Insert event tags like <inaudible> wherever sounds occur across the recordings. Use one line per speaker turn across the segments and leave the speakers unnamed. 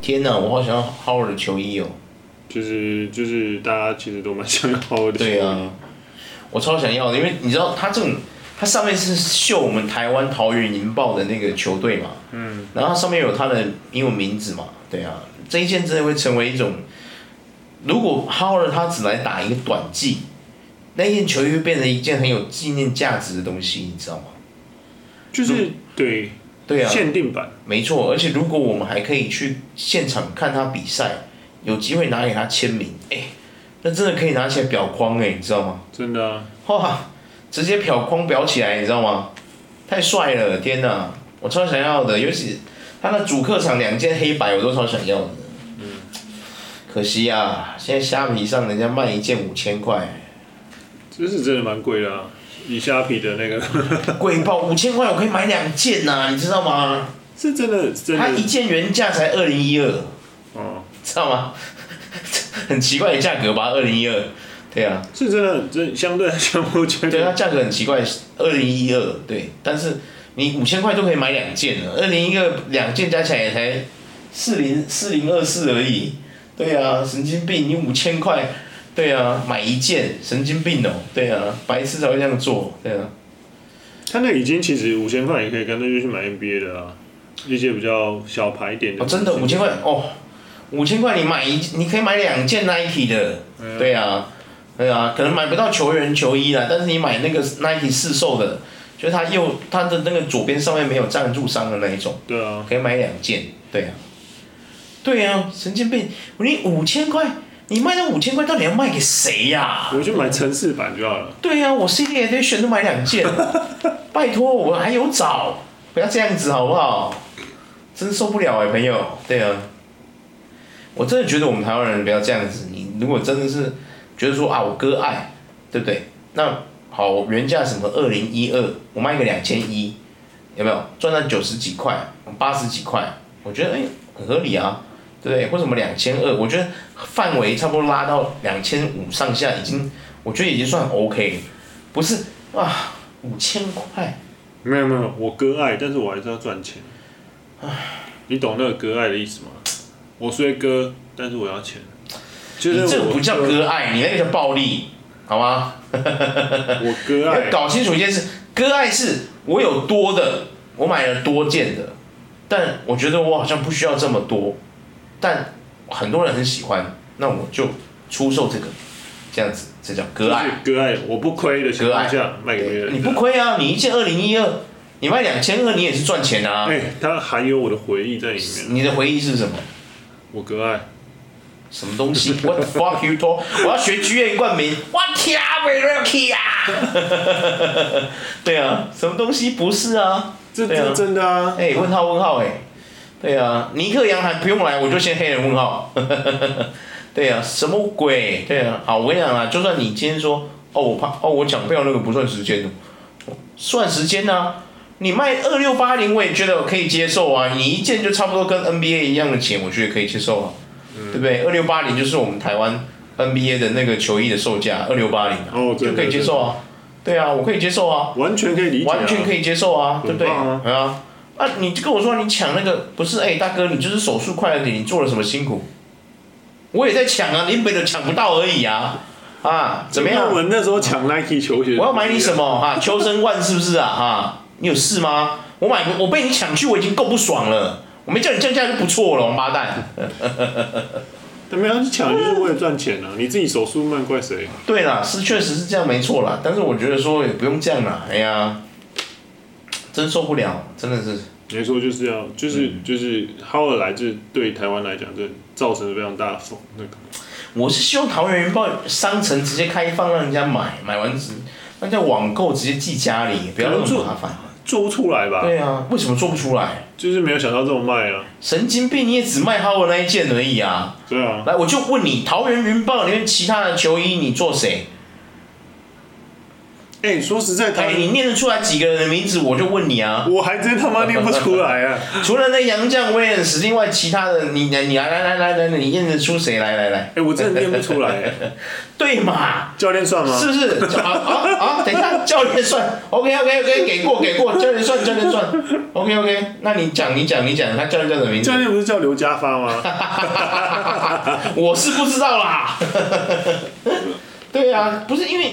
天哪，我好想要 Howard 的球衣哦！
就是就是大家其实都蛮想要我的。
对啊，我超想要的，因为你知道它这种，它上面是绣我们台湾桃园银豹的那个球队嘛，嗯，然后它上面有它的英文名字嘛，对啊，这一件真的会成为一种，如果 Howard 他只来打一个短季，那一件球衣会变成一件很有纪念价值的东西，你知道吗？
就是对
嗯对啊，
限定版，
没错，而且如果我们还可以去现场看他比赛，有机会拿给他签名，哎、那真的可以拿起来裱框哎、你知道吗？ <laughs>
真的啊，
哇，直接裱框裱起来，你知道吗？太帅了，天哪，我超想要的，尤其他的主客场两件黑白我都超想要的。可惜呀、啊，现在虾皮上人家卖一件五千块， <laughs>
这是真的蛮贵的啊。以虾皮的那个，
贵爆五千块，我可以买两件呐、你知道吗？
是真的真
它一
的，
件原价才二零一二，
哦，
知道吗？ <laughs> 很奇怪的价格吧，二零一二，对啊，
是真的，真相对来讲，我觉
对，它啊
得
价格很奇怪，二零一二，对，但是你五千块就可以买两件了，二零一二两件加起来也才四零四零二四而已，对啊，神经病，你五千块，对啊，买一件，神经病哦，对啊，白痴才会这样做，对啊，
他那已经其实五千块也可以干脆就去买 NBA 的啊，一些比较小牌一点的。
哦，真的五千块哦，五千块你买一，你可以买两件 Nike 的，对啊，对啊，可能买不到球员球衣啦，但是你买那个 Nike 市售的，就是它右它的那个左边上面没有赞助商的那一种，
对啊，
可以买两件，对啊，对啊，神经病，你五千块，你卖那五千块到底要卖给谁呀、
我就买城市版就好了。
对呀、我 CD Edition 都买两件，拜托，我还有找，不要这样子好不好？真受不了哎、朋友。对啊，我真的觉得我们台湾人不要这样子。你如果真的是觉得说啊，我割爱，对不对？那好，我原价什么二零一二，我卖个两千一，有没有赚到九十几块、八十几块？我觉得哎、很合理啊，对不对？或什么两千二，我觉得范围差不多拉到两千五上下，已经我觉得已经算 OK，不是啊，五千块，
没有没有，我割爱，但是我还是要赚钱。你懂那个割爱的意思吗？我虽割，但是我要钱。就
你
是
这个
我
不叫
割，
割爱，你那个叫暴力，好吗？
我割爱
要，搞清楚一件事，割爱是我有多的，我买了多件的，但我觉得我好像不需要这么多，但很多人很喜欢，那我就出售这个，这样子，这叫割
就
爱
是。割爱，我不亏的情况下卖给别
你
人。
不亏啊，你一件二零一二，你卖两千二，你也是赚钱啊。
哎，它含有我的回忆在里面。
你的回忆是什么？
我割爱，
什么东西？What the fuck you talk？我要学剧院冠名，我天没了去啊！ <laughs> 对啊，什么东西不是啊？
这
对
这
啊
是真的啊。
哎、问号问号哎、对啊，尼克杨涵不用来，我就先黑人问号。 <laughs> 对啊，什么鬼？对啊，好，我跟你讲啊，就算你今天说，哦，我怕，哦，我抢票那个不算时间的，算时间啊。你卖二六八零，我也觉得我可以接受啊。你一件就差不多跟 NBA 一样的钱，我觉得可以接受啊，
嗯
对不对？二六八零就是我们台湾 NBA 的那个球衣的售价，二六八零，啊
哦对
就可以接受啊。对啊，我可以接受啊。
完全可以理解、啊，
完全可以接受啊，对
很
不对？
棒啊
对啊，啊，你跟我说你抢那个不是？哎、大哥，你就是手速快了点，你做了什么辛苦？我也在抢啊，你本都抢不到而已啊，啊，怎么样
那？我那时候抢 Nike 球鞋，
我要买你什么？啊？求生万是不是啊？啊，你有事吗？我买我被你抢去，我已经够不爽了，我没叫你降价就不错了，王八蛋。
对？没有，他去抢就是为了赚钱啊！你自己手速慢怪谁？
对啦，是确实是这样没错啦，但是我觉得说也不用这样啦，哎呀，真受不了，真的是。
没错，就是要，就是、
嗯
就是哈尔来，就是对台湾来讲，这造成了非常大的风那个。
我是希望桃园云豹商城直接开放，让人家买，买完直，让人家网购直接寄家里，不要那么麻烦。
做不出来吧？
对啊，为什么做不出来？
就是没有想到这么卖啊！
神经病，你也只卖 Howard 那一件而已啊！
对啊，
来，我就嗯问你，桃园云豹里面其他的球衣你做谁？
哎、说实在，
哎、
台
你
湾
念得出来几个人的名字，我就问你啊。
我还真他妈念不出来
<laughs>
啊！
除了那杨绛、威廉斯，另外其他的，你你你来来来来来，你念得出谁？来来来，
哎、我真的念不出来、
对嘛？
教练算吗？
是不是？啊啊啊！等一下，教练算，OK OK OK，给过给过，教练算教练算，OK OK。那你讲你讲你讲，他教练叫什么名字
教？练不是叫刘家发吗？
<laughs> 我是不知道啦。对啊，不是因为，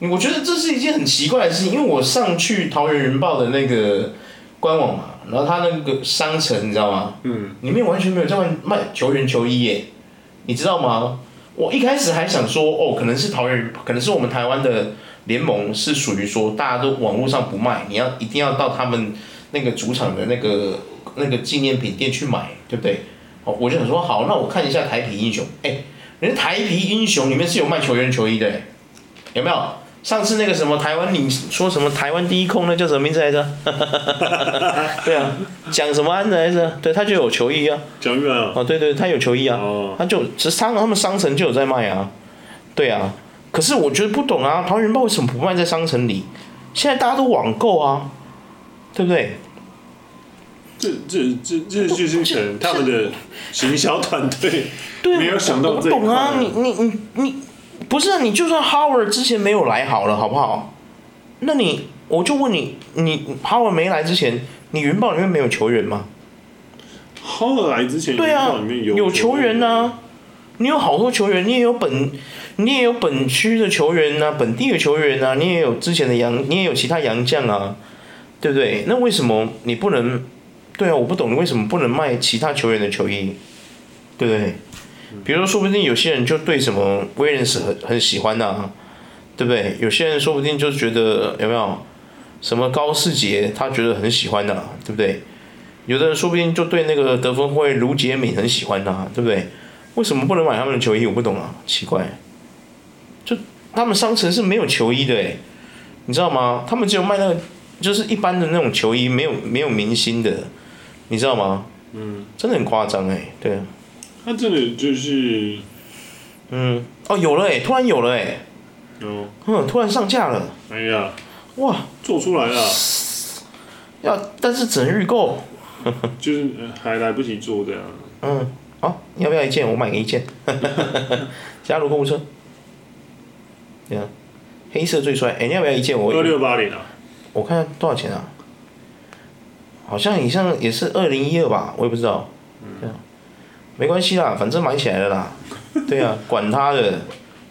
我觉得这是一件很奇怪的事情，因为我上去桃园云豹的那个官网嘛，然后他那个商城你知道吗？
嗯，
里面完全没有在卖卖球员球衣耶，你知道吗？我一开始还想说，哦，可能是桃园云，可能是我们台湾的联盟是属于说大家都网络上不卖，你要一定要到他们那个主场的那个那个纪念品店去买，对不对？哦，我就想说，好，那我看一下台皮英雄，哎，人家台皮英雄里面是有卖球员球衣的，哎有没有？上次那个什么台湾，你说什么台湾第一控那叫什么名字来着？ <laughs> 对啊，讲什么安来着？对，他就有球衣啊。
讲远啊，
哦，对对，他有球衣啊，
哦
他就只是商他们商城就有在卖啊，对啊，可是我觉得不懂啊，桃园豹为什么不卖在商城里？现在大家都网购啊，对不对？
这这这这就是可能他们的行销
<laughs>
团队
对，啊
没有想到
我
这
不
一
懂啊，
块
你。你你你，不是、啊、你就算 Howard 之前没有来好了，好不好？那你我就问你，你 Howard 没来之前，你云豹里面没有球员吗？
后来之前
对啊
里，面
有球员
呢、
啊，你有好多球员，你也有本，你也有本区的球员呐、本地的球员呐、你也有之前的洋，你也有其他洋将啊，对不对？那为什么你不能？对啊，我不懂你为什么不能卖其他球员的球衣，对不对？比如说，说不定有些人就对什么威廉斯很很喜欢呐、啊对不对？有些人说不定就觉得有没有什么高世杰，他觉得很喜欢呐、对不对？有的人说不定就对那个得分后卫卢杰敏很喜欢呐、对不对？为什么不能买他们的球衣？我不懂啊，奇怪。就他们商城是没有球衣的诶，你知道吗？他们只有卖那个就是一般的那种球衣，没有没有明星的，你知道吗？嗯，真的很夸张哎，对啊，
他真的就是
嗯，哦，有了哎，突然有了哎，
有，
嗯，突然上架了，
哦哎呀，
哇，
做出来啊了，
要但是只能预购，
就是呃还来不及做这样。
嗯，好、你要不要一件？我买给你一件。 <laughs> 加入购物车。对啊，黑色最帅。哎、你要不要一件？我
二六八零啊，
我看下多少钱啊？好像以上也是二零一二吧，我也不知道。
嗯
对啊，没关系啦，反正买起来了
<laughs>
啦。对啊，管他的。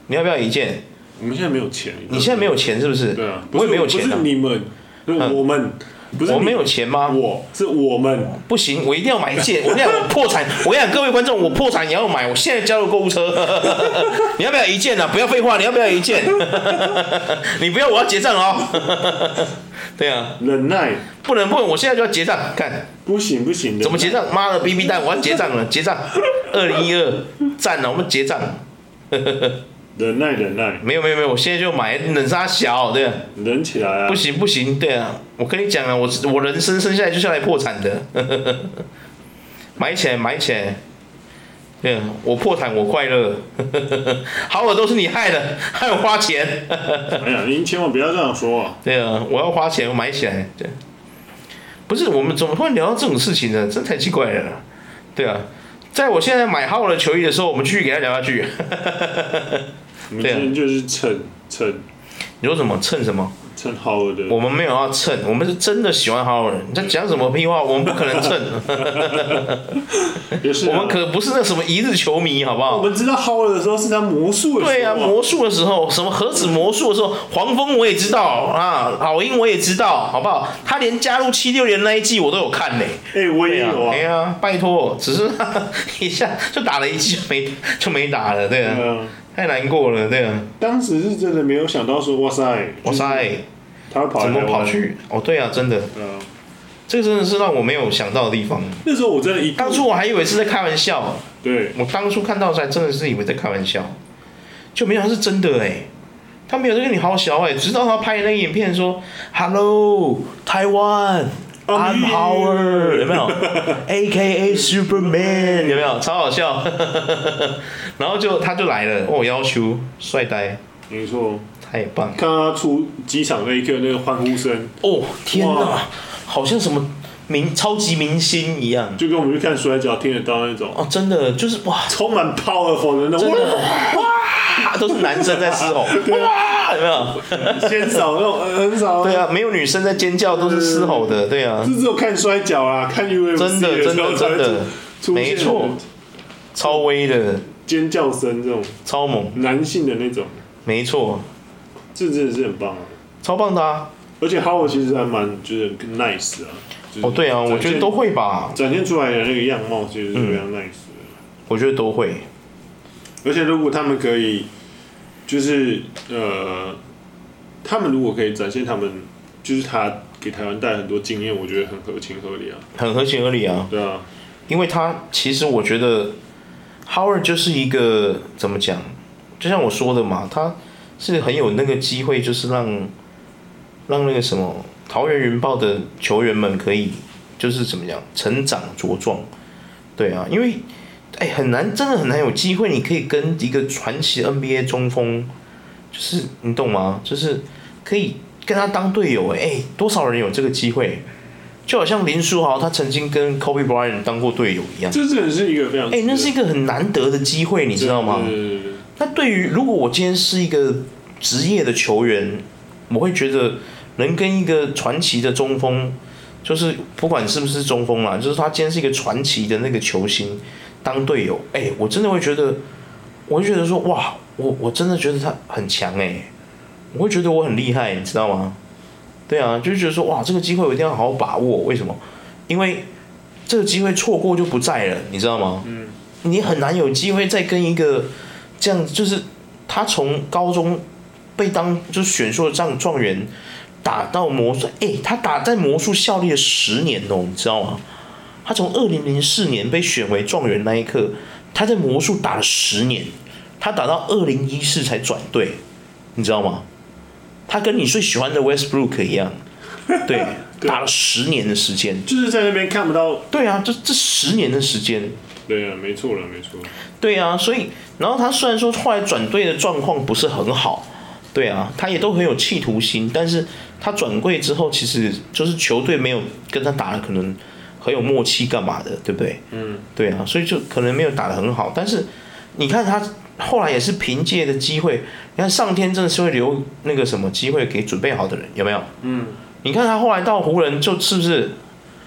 你要不要一件？
我们现在没有钱，
你现在没有钱是不是？
对啊，不
我
是
也没有钱
不
啊嗯
是。你们，不是我们，不是
我
你
没有钱啊吗？
我是我们，
不行，我一定要买一件。我跟你讲，我破产。 <laughs> 我跟你讲，各位观众，我破产也要买。我现在加入购物车。 <laughs> 你要不要一件呢、啊？不要废话，你要不要一件？ <laughs> 你不要，我要结账哦。 <laughs> 对啊，
忍耐，
不能不能，我现在就要结账。看
不行不行，
怎么
忍
结账？妈的逼逼蛋，我要结账了，结账。二零一二，赞了，我们结账。
忍耐忍耐，
没有没有没有，我现在就买，冷杀小，对、啊，
忍起来啊
不！行不行，对啊，我跟你讲啊，我我人生生下来就是来破产的， <laughs> 买起来买起来，对啊，我破产我快乐，好我都是你害的，害我花钱，
哎呀，您千万不要这样说啊！
对啊，我要花钱我买起来，对，不是我们怎么突然聊到这种事情呢？真太奇怪了，对啊。在我现在买好的球衣的时候，我们继续给他聊下去。 <laughs>
我们
对
今
啊
天就是蹭蹭
你说什么蹭什么？
蹭好尔的，
我们没有要蹭，我们是真的喜欢好人。你在讲什么屁话？我们不可能蹭。
也是
我
啊
们可不是那什么一日球迷，好不
我
好？
们知道好尔的时候是他魔术的时候，
对啊，魔术的时候，什么何止魔术的时候，黄蜂我也知道啊，老鹰我也知道，好不好？他连加入七六年那一季我都有看呢、
哎，我也
对啊
有，啊
哎，呀，拜托，只是 <laughs> 一下就打了一季就没就没打了，对啊，
对啊
太难过了，对啊，
当时是真的没有想到说，哇塞，
哇塞，
他会跑
怎
来
么
台
跑
湾？
去？哦，对啊，真的，
对啊
这个真的是让我没有想到的地方。
那时候我真的一
当初我还以为是在开玩笑，
对，
我当初看到才真的是以为在开玩笑，就没想到是真的哎、他没有在跟你好小哎、直到他拍那个影片说 “Hello 台湾
啊
，I'm
你
Howard”，有没有？A.K.A. Superman 有没有？超好 <laughs> 笑，然后就他就来了，哦，要求帅呆，
没错，
太棒了！
看他出机场那一刻那个欢呼声，
哦，天
哇
哪，好像什么明超级明星一样
就跟我们去看摔跤听得到那种
哦，真的就是哇，
充满 powerful 的那
真
种，
的哇，都是男生在嘶
<laughs>
吼，啊哇，有没有？
哇鲜少那种呃很少，
对，啊，没有女生在尖叫，都是嘶吼的，对啊，
是只有看摔跤啦，看 UFC
真的
时
真
候
的
才
真
会 <laughs>
的，
出
没
现
错超威的，
尖叫声这种
超猛，
男性的那种，
没错，
这真的是很棒啊。
超棒的啊！
而且 Howard 其实还蛮就是很 nice 啊，就是
哦，对啊，
展现
我觉得都嗯会吧，
展现出来的那个样貌其实是非常 nice 的。
我觉得都会，
而且如果他们可以，就是呃，他们如果可以展现他们，就是他给台湾带很多经验，我觉得很合情合理啊。
很合情合理啊。
对啊，
因为他其实我觉得 Howard 就是一个怎么讲，就像我说的嘛，他是很有那个机会，就是让让那个什么桃园云豹的球员们可以就是怎么讲成长茁壮，对啊，因为哎很难，真的很难有机会，你可以跟一个传奇 NBA 中锋，就是你懂吗？就是可以跟他当队友、哎，多少人有这个机会？就好像林书豪他曾经跟 Kobe Bryant 当过队友一样，
这真的是一个非常
哎、那是一个很难得的机会，你知道吗？
对对对对
那对于如果我今天是一个职业的球员，我会觉得能跟一个传奇的中锋，就是不管是不是中锋啦，就是他今天是一个传奇的那个球星当队友，哎、我真的会觉得，我会觉得说哇，我我真的觉得他很强哎、我会觉得我很厉害，你知道吗？对啊，就觉得说哇，这个机会我一定要好好把握。为什么？因为这个机会错过就不在了，你知道吗？嗯，你很难有机会再跟一个这样子，就是他从高中被当就是选硕这样状元，打到魔术，哎、他打在魔术效力了十年哦，你知道吗？他从二零零四年被选为状元那一刻，他在魔术打了十年，他打到二零一四才转队，你知道吗？他跟你最喜欢的 Westbrook 一样，对，打了十年的时间。
就是在那边看不到。
对啊，这这十年的时间，
对啊，没错了，没错。
对啊，所以，然后他虽然说后来转队的状况不是很好，对啊，他也都很有企图心，但是他转队之后，其实就是球队没有跟他打的可能很有默契，干嘛的，对不对？嗯，对啊，所以就可能没有打得很好，但是你看他后来也是凭借的机会，你看上天真的是会留那个什么机会给准备好的人，有没有？嗯，你看他后来到湖人就是不是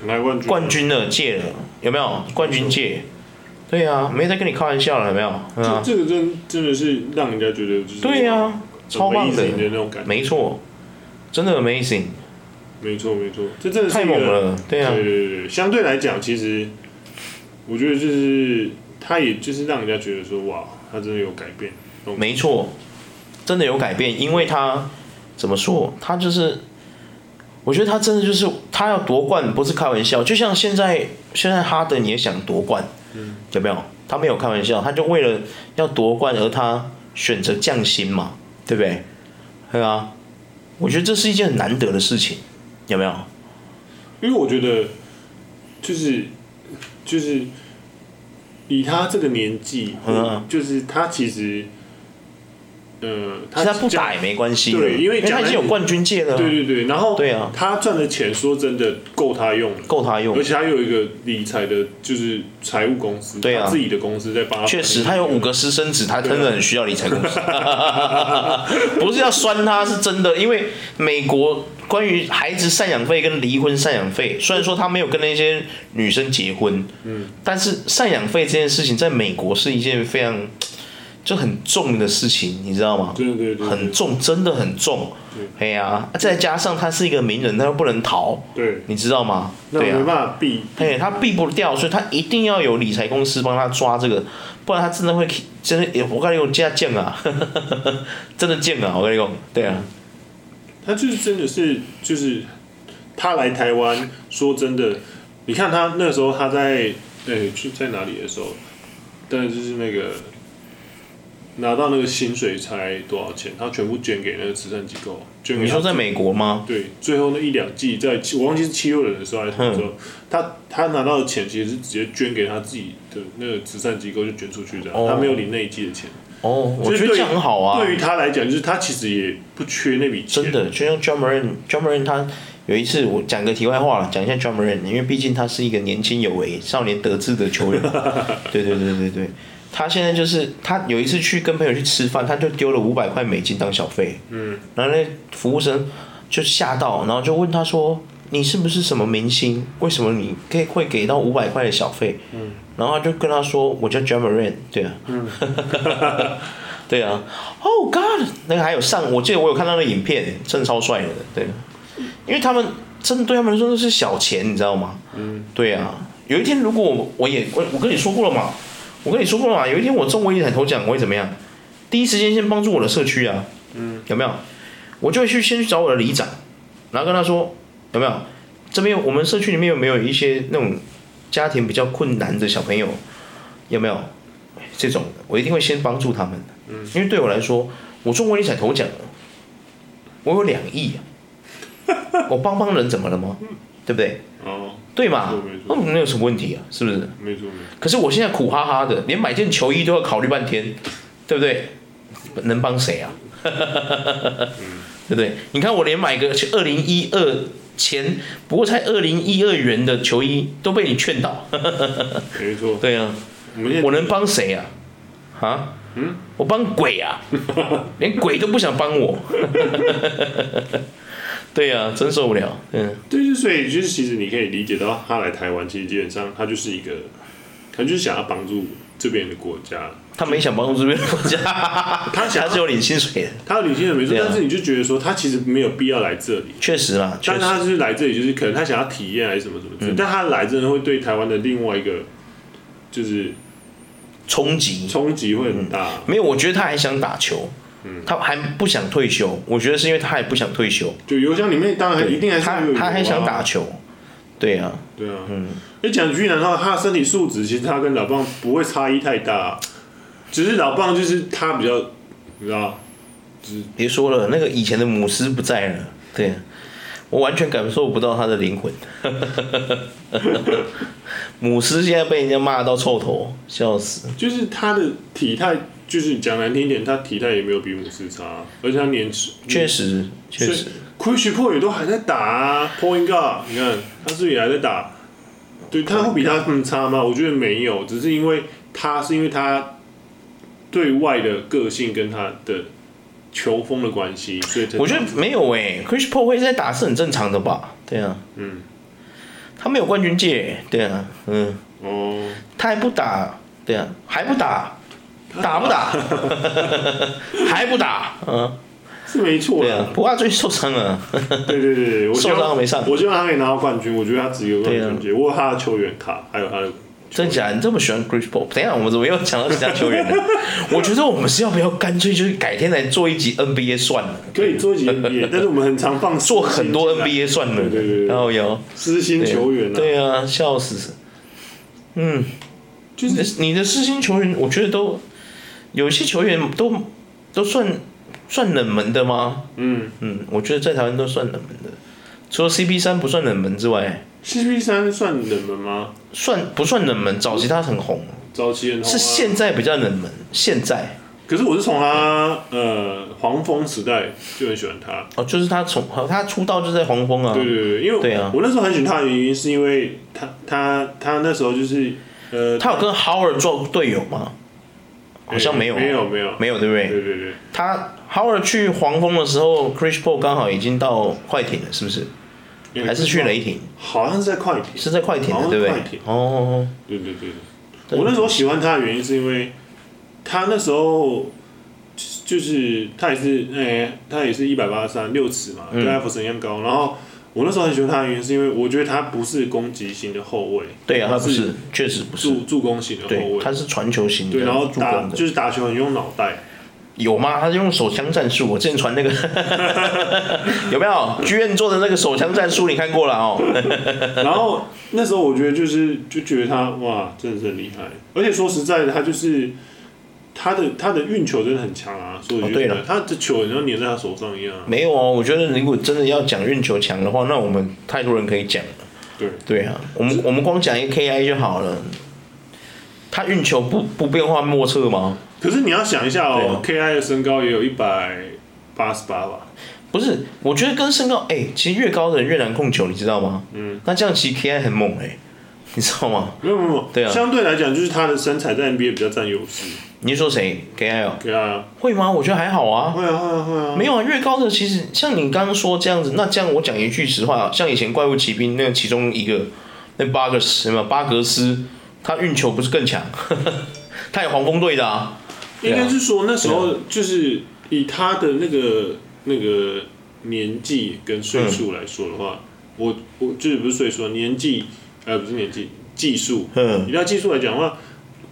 拿冠军，啊
冠，军了，戒了，有没有？冠军戒，对啊，没在跟你开玩笑了，有没有？嗯啊
这这个真真的是让人家觉得就是
对呀、超棒的
amazing 的那种感觉。
没错，真的 amazing，
没错，没错，这真的是
太
一个
猛了，对啊
对，对对对，相对来讲，其实我觉得就是他也就是让人家觉得说，哇，他真的有改变。
没错，真的有改变，因为他怎么说，他就是，我觉得他真的就是他要夺冠不是开玩笑，就像现在现在哈登也想夺冠，
嗯
有没有？他没有开玩笑，他就为了要夺冠而他选择降薪嘛，对不对？对啊，我觉得这是一件很难得的事情，有没有？
因为我觉得就是就是以他这个年纪，
嗯
就是他其实呃，
其实他不打也没关系了，
对因为
他
讲
已经有冠军戒了啊，
对对对，然后
对啊嗯
他赚的钱说真的够他用了。
够他用
而。且他有一个理财的，就是财务公司，
对啊
他自己的公司在帮他管理。
<laughs> 确
<laughs>
实，他有五个私生子，他真的很需要理财公司。 <laughs> 不是要酸他，是真的，因为美国关于孩子赡养费跟离婚赡养费，虽然说他没有跟那些女生结婚，嗯，但是赡养费这件事情在美国是一件非常就很重的事情，你知道吗？
对对对对
很重，真的很重。哎呀、再加上他是一个名人，他又不能逃，
对，
你知道吗？
那
对
没
啊
办。法避
哎，他避不掉，所以他一定要有理财公司帮他抓这个，不然他真的会真的，我跟你讲，真的贱啊， <laughs> 真的贱啊！我跟你讲，对啊，
他就是真的是就是他来台湾，说真的，你看他那时候他在诶去在哪里的时候，但就是那个拿到那个薪水才多少钱，他全部捐给那个慈善机构，捐给
你说
他
在美国吗？
对，最后那一两季在七我忘记是七六人的时候还是什么时
嗯
候，他他拿到的钱其实是直接捐给他自己的那个慈善机构就捐出去的，
哦
他没有领那一季的钱，
哦，我
就是
觉得
对
这样很好啊。
对于他来讲，就是他其实也不缺那笔钱，
真的，就像 John Moran，John Moran 他有一次我讲个题外话了，讲一下 John Moran，因为毕竟他是一个年轻有为、少年得志的 <laughs> 球员。对对对对对，他现在就是他有一次去跟朋友去吃饭，他就丢了五百块美金当小费。嗯。然后那服务生就吓到，然后就问他说：“你是不是什么明星？为什么你可以会给到五百块的小费？”嗯。然后他就跟他说：“我叫 John Moran。”对啊。嗯。 <laughs> 对啊，Oh God，那个还有上，我记得我有看到那个影片，真的超帅的，对，因为他们真的对他们来说都是小钱，你知道吗？嗯，对啊，有一天如果我我也我我跟你说过了嘛，我跟你说过了嘛，有一天我中文一彩头奖，我会怎么样？第一时间先帮助我的社区啊，嗯，有没有？我就会去先去找我的里长，然后跟他说有没有？这边我们社区里面有没有一些那种家庭比较困难的小朋友？有没有这种的？我一定会先帮助他们。因为对我来说，我中国理彩头奖了，我有两亿、啊，我帮帮人怎么了吗？对不对？
哦，
对嘛
没错没？
那
错
没有什么问题啊，是不是？
没错没
可是我现在苦哈哈的，连买件球衣都要考虑半天，对不对？能帮谁啊？ <laughs> 对不对？你看我连买个二零一二前，不过才二零一二元的球衣都被你劝导，
错没错，
对啊，
我们现在
我能帮谁啊？啊？嗯，我帮鬼
<laughs>
啊，连鬼都不想帮我。 <laughs> 对呀、啊，真受不了。嗯，
对，就所以就是其实你可以理解到，他来台湾其实基本上他就是一个，他就是想要帮助这边的国家，
他没想帮助这边的国家，
他想
<laughs> 他是有领薪水的，
他的旅行者没错，
对啊
但是你就觉得说他其实没有必要来这里。
确实啦，确
但
实。嗯
是他是来这里，就是可能他想要体验还是什么什么之类，但他来真的会对台湾的另外一个就是
冲击。
冲击会很大。
没有，我觉得他还想打球，
嗯
他还不想退休。我觉得是因为他还不想退休，
就邮箱里面当然一定还是
他
会有、啊、
他还想打，球。对啊，
对啊。因为讲句难话，他的身体素质其实他跟老棒不会差异太大，只是老棒就是他比较，你知道，
别说了，那个以前的母狮不在了。对啊，我完全感受不到他的灵魂。 <laughs> 母狮现在被人家骂到臭头，笑死。
就是他的体态，就是讲难听一点，他体态也没有比姆斯差，而且他年纪
确实，确实
是，Chris Paul 也都还在打啊，Point Guard，你看他自己也还在打，对他会比他们差吗？我觉得没有，只是因为他是因为他对外的个性跟他的球风的关系，所以才
我觉得没有诶、c h r i s Paul 会在打是很正常的吧？对啊，嗯，他没有冠军戒，对啊，嗯。
哦，
他还不打，对啊，还不打，打不
<laughs>
打？还不打？嗯，
是没错
对啊
的，，
不过他最近受伤了，
对对对对，我希望
受伤没上
我希望他可以拿到冠军，我觉得他值得有冠
对啊
军节，我有他的球员卡，还有他的
真假？你这么喜欢 Chris Paul？等一下，我们怎么又讲到其他球
<laughs>
员了？我觉得我们是要不要干脆就是改天来做一集 NBA 算了，
可以
<laughs>
做几 NBA，但是我们很常放
做很多 NBA 算了，
对对对对
然后有
私心球员啊，
对啊，笑死。嗯，
就
你
是
的你的四星球员，我觉得都有些球员都都算算冷门的吗？
嗯
嗯，我觉得在台湾都算冷门的，除了 CP 三不算冷门之外，
，CP 三算冷门吗？
算不算冷门？早期他很红，
早期很红啊
是现在比较冷门。现在
可是我是从他呃黄蜂时代就很喜欢他，
哦，就是他从他出道就在黄蜂啊，
对对对，因为
对啊
我那时候很喜欢他的原因是因为他他他那时候就是呃，
他有跟 Howard 做队友吗？好像没有，
没有没有，
没有，对不对？
对对对，
他 Howard 去黄蜂的时候，Chris Paul 刚好已经到快艇了，是不是？
因为
还是去雷霆？
好像是在快艇，
是在快艇
好
的，
像
对
是
不
快
对
艇？
哦，
对对对对，
对
我那时候喜欢他的原因是因为他那时候。就是他也是，哎、他也是一百八十三六尺
嗯
嘛，跟艾弗森一样高。然后我那时候很喜欢他的原因是因为我觉得他不是攻击型的后卫，
对啊，他不
是
是，确实不是，
助助攻型的后
对，
卫，
他是传球型的，
对，然后
助
打
攻的。
就是打球很用脑
<laughs>
袋，
有吗？他是用手枪战术，我之前传那个 <laughs> 有没有？剧院做的那个手枪战术，你看过了哦。
然后那时候我觉得就是就觉得他哇，真的是很厉害，而且说实在的，他就是他的他的运球真的很强啊，所以我
哦
觉
对
得、
了
他的球好像粘在他手上一样啊，
没有哦，我觉得如果真的要讲运球强的话，那我们太多人可以讲了。
对
对啊，我们我们光讲一个 KI 就好了。他运球不不变化莫测吗？
可是你要想一下哦、
对
k I 的身高也有一百八十八吧？
不是，我觉得跟身高，哎、其实越高的人越难控球，你知道吗？嗯，那这样其实 KI 很猛哎、你知道吗？
没有没有没有，
对啊
相对来讲就是他的身材在 NBA 比较占优势。
你是说谁 KI 哦？
对啊，
会吗？我觉得还好啊。
会啊会啊会啊，
没有啊，越高的其实像你刚刚说这样子，那这样我讲一句实话啊，像以前怪物骑兵那个其中一个那巴格斯嘛，巴格斯他运球不是更强， <laughs> 他有黄蜂队的啊，
应该是说那时候就是以他的那个那个年纪跟岁数来说的
嗯
话，我我就是不是岁数，啊年纪呃不是年纪，技术，
嗯，
以他技术来讲的话，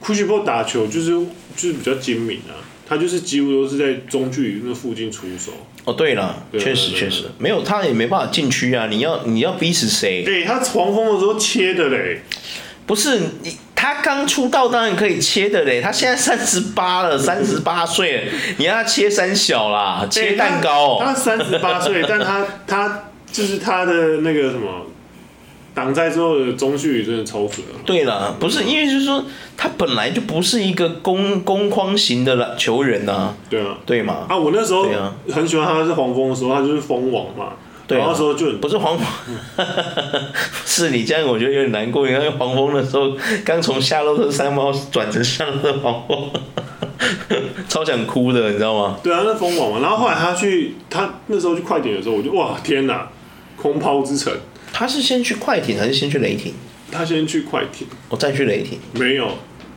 库奇波打球就是就是比较精明啊，他就是几乎都是在中距离那附近出手。
哦对了，
对啊
确实
对啊
确
对
实没有他也没办法禁区啊，你要你要逼死谁？
哎、他黄蜂的时候切的嘞，
不是你他刚出道当然可以切的嘞，他现在三十八了，三十八岁了，你让他切三小啦，切
欸
蛋糕、
他
哦，
三十八岁，但他他就是他的那个什么挡在之后的中距离真的超准啊。
对了，不是因为就是说他本来就不是一个攻攻框型的篮球员呐、啊。
对啊，
对嘛？
啊，我那时候
对啊
很喜欢他是黄蜂的时候，他就是蜂王嘛，
对啊
然后那时候就很
不是黄 <laughs> 蜂，是你这样我觉得有点难过。因为黄蜂的时候，刚从夏洛特山猫转成夏洛特黄蜂， <laughs> 超想哭的，你知道吗？
对啊，那蜂王嘛。然后后来他去他那时候去快艇的时候，我就哇天哪，空抛之城，
他是先去快艇还是先去雷霆？
他先去快艇。
我哦再去雷霆。
没有，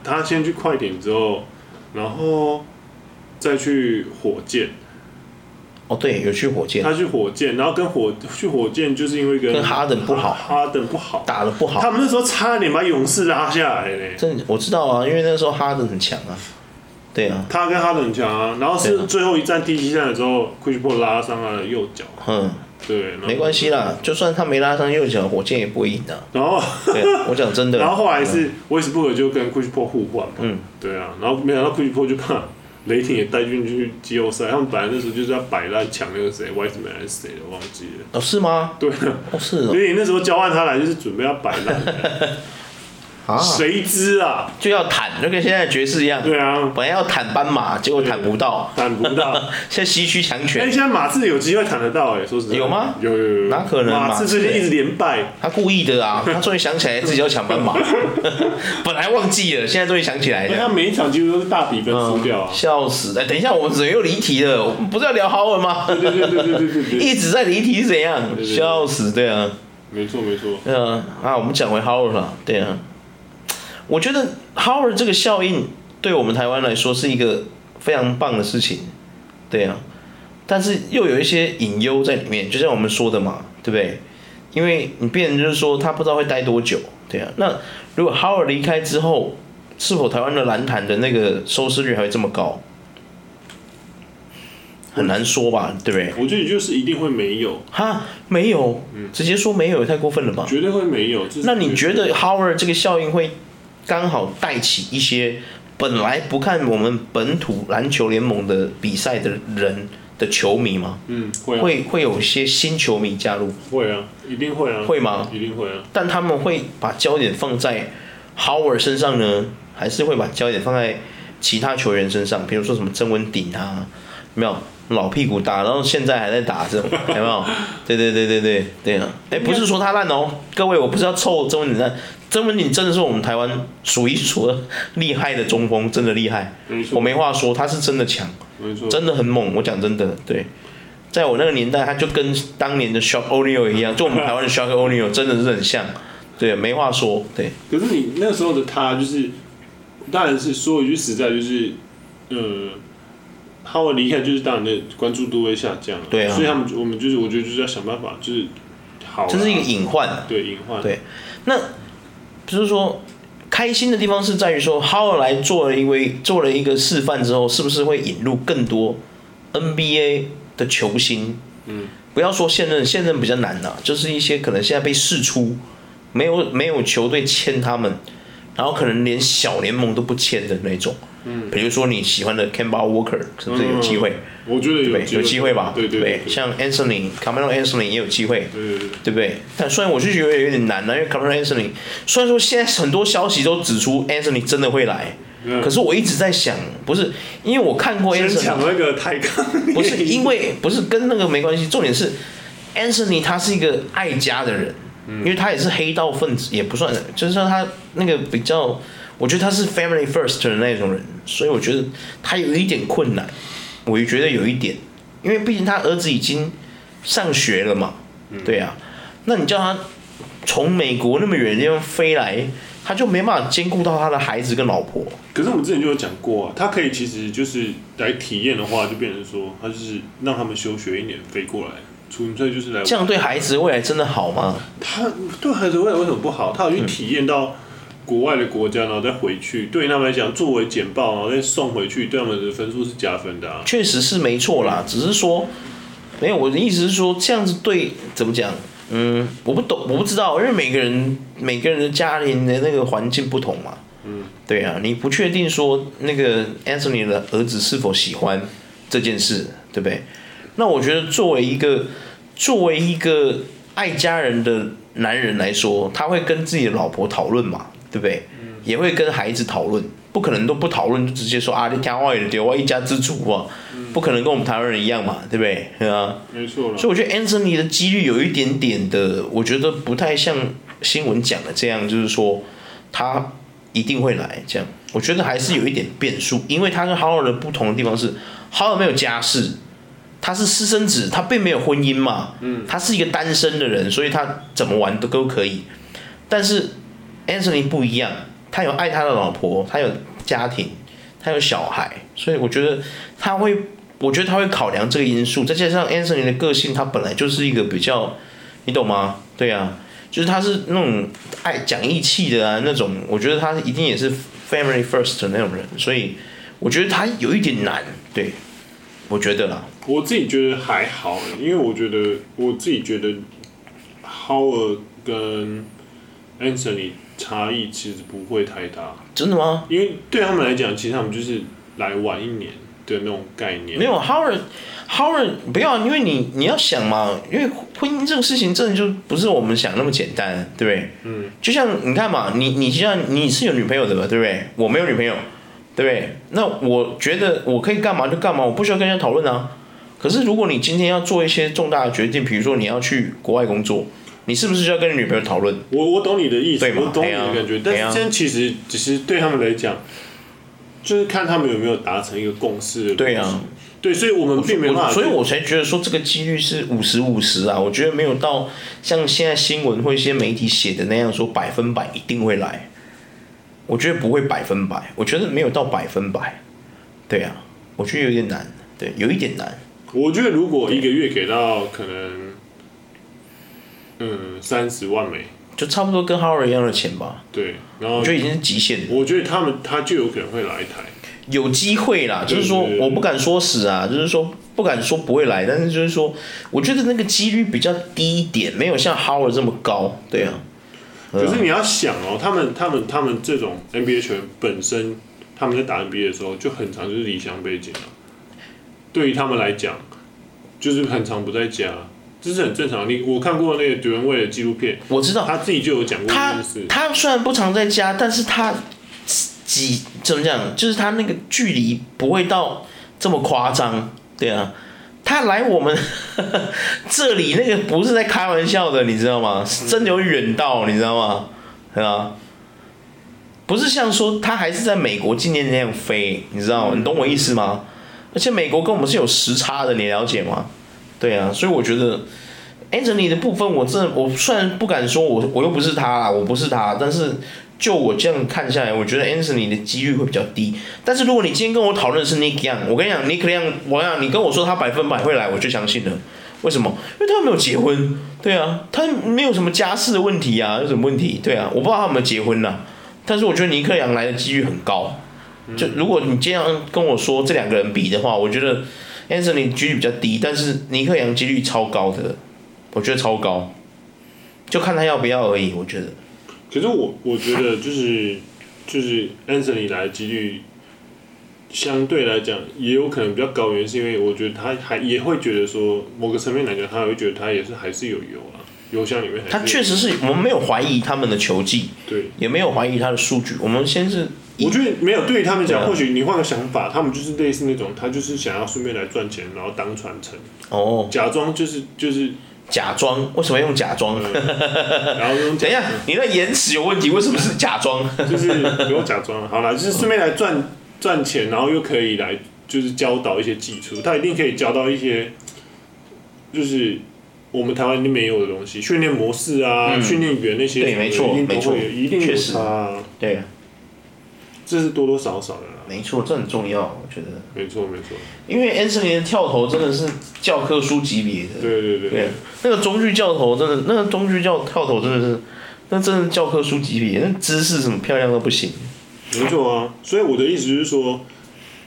他先去快艇之后，然后再去火箭。
哦，对，有去火箭，
他去火箭，然后跟火去火箭，就是因为跟
跟哈登不好
哈哈登不好，
打的不
他
好。
们那时候差点把勇士拉下来呢。
真的我知道啊，因为那时候哈登很强啊。对啊，
他跟哈登很强啊，然后
对
是
啊
最后一站第七站的时候，库奇波拉伤了右脚，
嗯，
对，然后
没关系啦，就算他没拉伤右脚，火箭也不会赢的、
然后
对啊、我讲真的。
然后后来是威斯布鲁克就跟库奇波互换嘛，
嗯，
对啊，然后没想到库奇波就把雷霆也带进去季后赛，他们本来那时候就是要摆烂抢那个谁，威斯曼还是谁的忘记了，
哦，是吗？
对
<laughs>
啊，
哦，是哦。
雷霆那时候交换他来就是准备要摆
<laughs>
烂的，
啊，
谁知啊，
就要坦，就跟现在的爵士一样。
对啊，
本来要坦斑马，结果坦不到， <laughs>
砍不到。
现在西区强
哎、
权，
现在马刺有机会砍得到哎、说实在
有吗
有有有有，
哪可能
马
马
刺
刺
最近一直连败，
他故意的啊！他终于想起来自己要抢斑马， <laughs> 本来忘记了，现在终于想起来
因为
了。嗯
他每一场几乎都是大比分输哎掉啊。
笑死！哎，等一下，我们怎么又离题了？我们不是要聊 Howard 吗？
对对对对对对对，
嗯 <laughs> 一直在离题是怎样？
对对
笑死！对啊，
没错没错，
对啊，啊，我们讲回 Howard 了。对啊，我觉得 Howard 这个效应对我们台湾来说是一个非常棒的事情。对啊，但是又有一些隐忧在里面，就像我们说的嘛，对不对？因为你变成就是说他不知道会待多久，对啊。那如果 Howard 离开之后，是否台湾的篮坛的那个收视率还会这么高？很难说吧，对不对？
我觉得就是一定会没有，
哈，没有，直接说没有也太过分了吧？
绝对会没有。这是
那你觉
绝对
得 Howard 这个效应会刚好带起一些本来不看我们本土篮球联盟的比赛的人的球迷吗？
嗯会啊
会会有一些新球迷加入，
会啊，一定会啊，
会吗？
一定会啊。
但他们会把焦点放在 Howard 身上呢，还是会把焦点放在其他球员身上？比如说什么曾文鼎啊，有没有老屁股打，然后现在还在打这种，有没有？对对对对对对啊！哎，不是说他烂哦，各位，我不是要臭曾文鼎烂，曾文鼎真的是我们台湾数一数二厉害的中锋，真的厉害，
没错
我没话说，他是真的强。
没错，
真的很猛，我讲真的，对，在我那个年代，他就跟当年的 Shock O'Neal 一样，就我们台湾的 Shock O'Neal 真的是很像，对，没话说，对，
可是你那时候的他就是，当然是说一句实在，就是，呃，哈维离开就是当然的关注度会下降了。
对啊
所以他们我们就是我觉得就是要想办法，就是好啦，
这是一个隐患。
对隐患。
对就是说，开心的地方是在于说，Howard 来做了一位做了一个示范之后，是不是会引入更多 NBA 的球星？
嗯，
不要说现任，现任比较啊难呐、就是一些可能现在被释出，没有没有球队签他们，然后可能连小联盟都不签的那种。嗯，比如说你喜欢的 c a m b a Walker 是不是有机会？
我觉得嗯有
对，有机会吧？
对
对
对，
像 Anthony、Carmelo Anthony 也有机会。
对对对，
对不对？但虽然我是觉得有点难呢、啊因为 Carmelo Anthony，虽然说现在很多消息都指出 Anthony 真的会来，
嗯
可是我一直在想，不是因为我看过
先抢
Anthony，
那个抬杠，
不是因为不是跟那个没关系，重点是 Anthony 他是一个爱家的人，因为他也是黑道分子，也不算，就是说他那个比较，我觉得他是 family first 的那种人，所以我觉得他有一点困难，我也觉得有一点，因为毕竟他儿子已经上学了嘛，对啊，那你叫他从美国那么远的地方飞来，他就没办法兼顾到他的孩子跟老婆，
<laughs> 可是我们之前就有讲过啊，他可以其实就是来体验的话，就变成说他就是让他们休学一年飞过来，纯粹就是来
这样对孩子的未来真的好吗？
他对孩子未来为什么不好？他有去体验到国外的国家，然后再回去，对于他们来讲作为简报，然后再送回去，对他们的分数是加分的啊。
确实是没错啦，只是说，没有我的意思是说，这样子对怎么讲？嗯，我不懂，我不知道，因为每个人每个人的家庭的那个环境不同嘛。嗯，对啊，你不确定说那个 Anthony 的儿子是否喜欢这件事，对不对？那我觉得作为一个作为一个爱家人的男人来说，他会跟自己的老婆讨论嘛，对不对？也会跟孩子讨论，不可能都不讨论就直接说啊，你天外的丢啊，一家之主啊，不可能跟我们台湾人一样嘛，对不对？对啊，
没错啦
所以我觉得 Anthony 的几率有一点点的，我觉得不太像新闻讲的这样，就是说他一定会来这样。我觉得还是有一点变数，因为他跟 Howard 的不同的地方是，Howard 没有家室，他是私生子，他并没有婚姻嘛，嗯，他是一个单身的人，所以他怎么玩都都可以。但是 Anthony 不一样，他有爱他的老婆，他有家庭，他有小孩，所以我觉得他会我觉得他会考量这个因素，再加上 Anthony 的个性，他本来就是一个比较，你懂吗？对啊，就是他是那种爱讲义气的啊，那种我觉得他一定也是 family first 的那种人，所以我觉得他有一点难，对，我觉得啦，
我自己觉得还好，因为我觉得我自己觉得 Howard 跟 Anthony 差异其实不会太大，
真的吗？
因为对他们来讲，其实他们就是来玩一年的那种概念。
没有 Howard。Howard 不要，因为你你要想嘛，因为婚姻这个事情真的就不是我们想那么简单，对不对？嗯。就像你看嘛，你你就像你是有女朋友的嘛，对不对？我没有女朋友，对不对？那我觉得我可以干嘛就干嘛，我不需要跟人家讨论啊。可是如果你今天要做一些重大的决定，比如说你要去国外工作，你是不是就要跟你女朋友讨论？
我我懂你的意思，
对嘛
我懂你的
哎呀
感觉，
哎呀
但是这其实只是对他们来讲，就是看他们有没有达成一个共识的东
对
西。
啊
对，所以我们并没办
我
法。
所以我才觉得说这个几率是五十五十啊，我觉得没有到像现在新闻或一些媒体写的那样说百分百一定会来，我觉得不会百分百，我觉得没有到百分百，对啊，我觉得有点难，对，有一点难，
我觉得如果一个月给到可能，嗯，三十万美，
就差不多跟 Howard 一样的钱吧，
对，然后
我觉得已经是极限了，
我觉得他们他就有可能会来台。
有机会啦，就是说
对对对
我不敢说死啊，就是说不敢说不会来，但是就是说，我觉得那个几率比较低一点，没有像 Howard 这么高，对啊，
可是你要想哦，他们他们他们这种 NBA 球员本身，他们在打 NBA 的时候就很常就是离乡背景啊。对于他们来讲，就是很常不在家，这是很正常的。你我看过那个杜兰特的纪录片，
啊我知道。
他自己就有讲过这
他
件事。
他虽然不常在家，但是他几怎么讲，就是他那个距离不会到这么夸张，对啊。他来我们 <laughs> 这里，那个不是在开玩笑的，你知道吗？是真的有远到，你知道吗？对啊，不是像说他还是在美国今年那样飞，你知道吗？你懂我意思吗？而且美国跟我们是有时差的，你了解吗？对啊，所以我觉得 Anthony 的部分，我真的我虽然不敢说我我又不是他啦，我不是他，但是就我这样看下来，我觉得 Anthony 的几率会比较低。但是如果你今天跟我讨论是 Nick Young，我跟你讲 Nick Young，我跟你讲你跟我说他百分百会来，我就相信了。为什么？因为他没有结婚，对啊，他没有什么家世的问题啊，有什么问题？对啊，我不知道他有没有结婚呐、但是我觉得尼克杨来的几率很高。就如果你这样跟我说这两个人比的话，我觉得 Anthony 几率比较低，但是尼克杨几率超高的，我觉得超高，就看他要不要而已。我觉得
可是我我觉得就是就是 Anthony 来的几率相对来讲也有可能比较高，原因是因为我觉得他还也会觉得说某个层面来讲，他会觉得他也是还是有油啊，油箱里面还是
他确实是我们没有怀疑他们的球技，
对。
也没有怀疑他的数据，我们先是以
我觉得没有对于他们
对
讲，
啊
或许你换个想法，他们就是类似那种，他就是想要顺便来赚钱，然后当传承，
哦
假装就是就是，
假装，为什么用假装？
然后用
等一下，你那言辞有问题，为什么是假装？
就是不用假装，好啦，就是顺便来赚赚钱，然后又可以来就是教导一些技术，他一定可以教到一些，就是我们台湾一定没有的东西，训练模式啊，
嗯
训练员那些，
对没错
一定都
没错
会有一定
确
有
实
差啊，
<laughs> 对，
这是多多少少的啦，
没错，这很重要，我觉得，
没错没错，
因为 Anthony 的跳投真的是教科书级别的，
对对对
对，啊那个中距教头真的，那个中距教跳投真的是，那真的是教科书级别，那姿势什么漂亮到不行。
没错啊，所以我的意思就是说，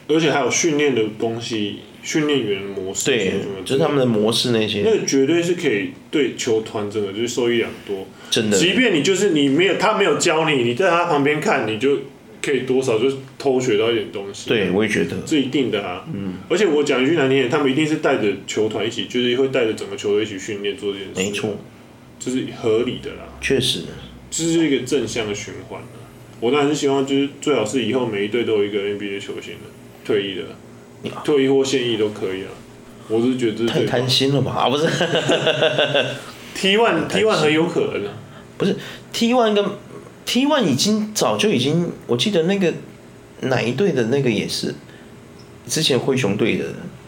而且还有训练的东西，训练员模式什么
对
什么的，，
就是他们的模式那
那
些，
个绝对是可以对球团整个就是受益良多。
真的
即便你就是你没有他没有教你，你在他旁边看，你就可以多少就是偷学到一点东西。，
对，我也觉得，
这一定的啊。嗯，而且我讲一句难听点，他们一定是带着球团一起，就是会带着整个球队一起训练做这件事，
没错，，
就是合理的啦。
确实，
这是一个正向的循环、啊、我当然是希望，就是最好是以后每一队都有一个 NBA 球星的退役的，
啊
退役或现役都可以啊。我是觉得这
太
是
贪心了吧？啊，不是 <laughs>
T one
贪
T
心
one 很有可能啊。
不是，T one 跟 T one 已经早就已经，我记得那个哪一队的那个也是，之前灰熊队的，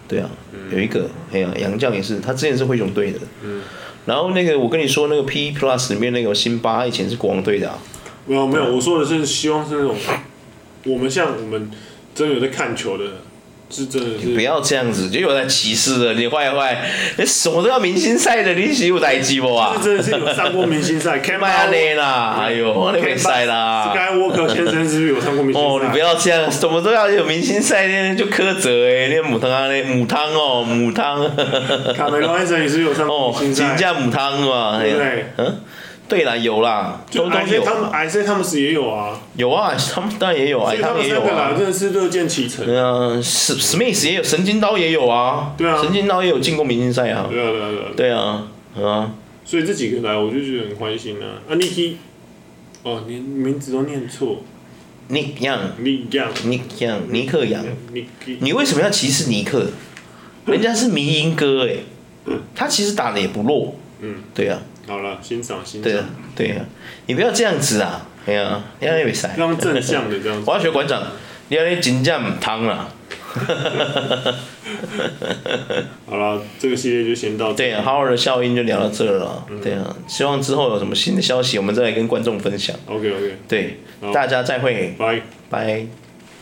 对啊，有一个，哎呀、杨绛也是，他之前是灰熊队的，
嗯，
然后那个我跟你说那个 P Plus 里面那个辛巴他以前是国王队的、啊，
没有没有，我说的是希望是那种，我们像我们真的有在看球的，是真的
你不
是
要这样子，就有在歧视了，你坏坏，你什么都要明星赛的，你是有代志不啊
是？真的是有上过明
<laughs>
星赛 c a m
卖安内啦，哎呦，你没赛啦。
Skywalker 先生是不是有上过明星赛？
啊哦，你不要这样，什么都要有明星赛那就苛责哎，那母汤啊，那母汤哦，母汤
卡梅隆先生也是有上过
哦
明，星
金
赛，
价母汤嘛，哎
对不
呀
对？
嗯，对啦，有啦，
就
都都
IC
有啊
他们 IC 他们是也有啊。
有啊，他们当然也有啊
所，以
他
他
们
们
也
三
有
个啦
啊，，
真的是乐见其成。对啊，
对啊，史 Smith 也有，神经刀也有啊，
对啊
神经刀也有进过明星赛啊，
对啊，对啊。
对啊，啊。
所以这几个来，我就觉得很开心啊。啊，Niki，哦，你名字都念错
尼扬，
，Nick
尼扬，尼克扬，
Young，Niki，
你为什么要歧视尼克？人家是迷音哥哎、他其实打的也不弱，
嗯，
对啊，
好了，欣赏欣
对啊
赏，，
对啊，你不要这样子啊，哎呀、啊，你也没塞
非，常正向的这样子。
我要学馆长，你要那金酱汤啊啦，
好了，这个系列就先到这。
<laughs> 对啊，哈尔的效应就聊到这儿了，对啊，希望之后有什么新的消息，我们再来跟观众分享，
OK OK，
对，
好
大家再会，
拜。
拜。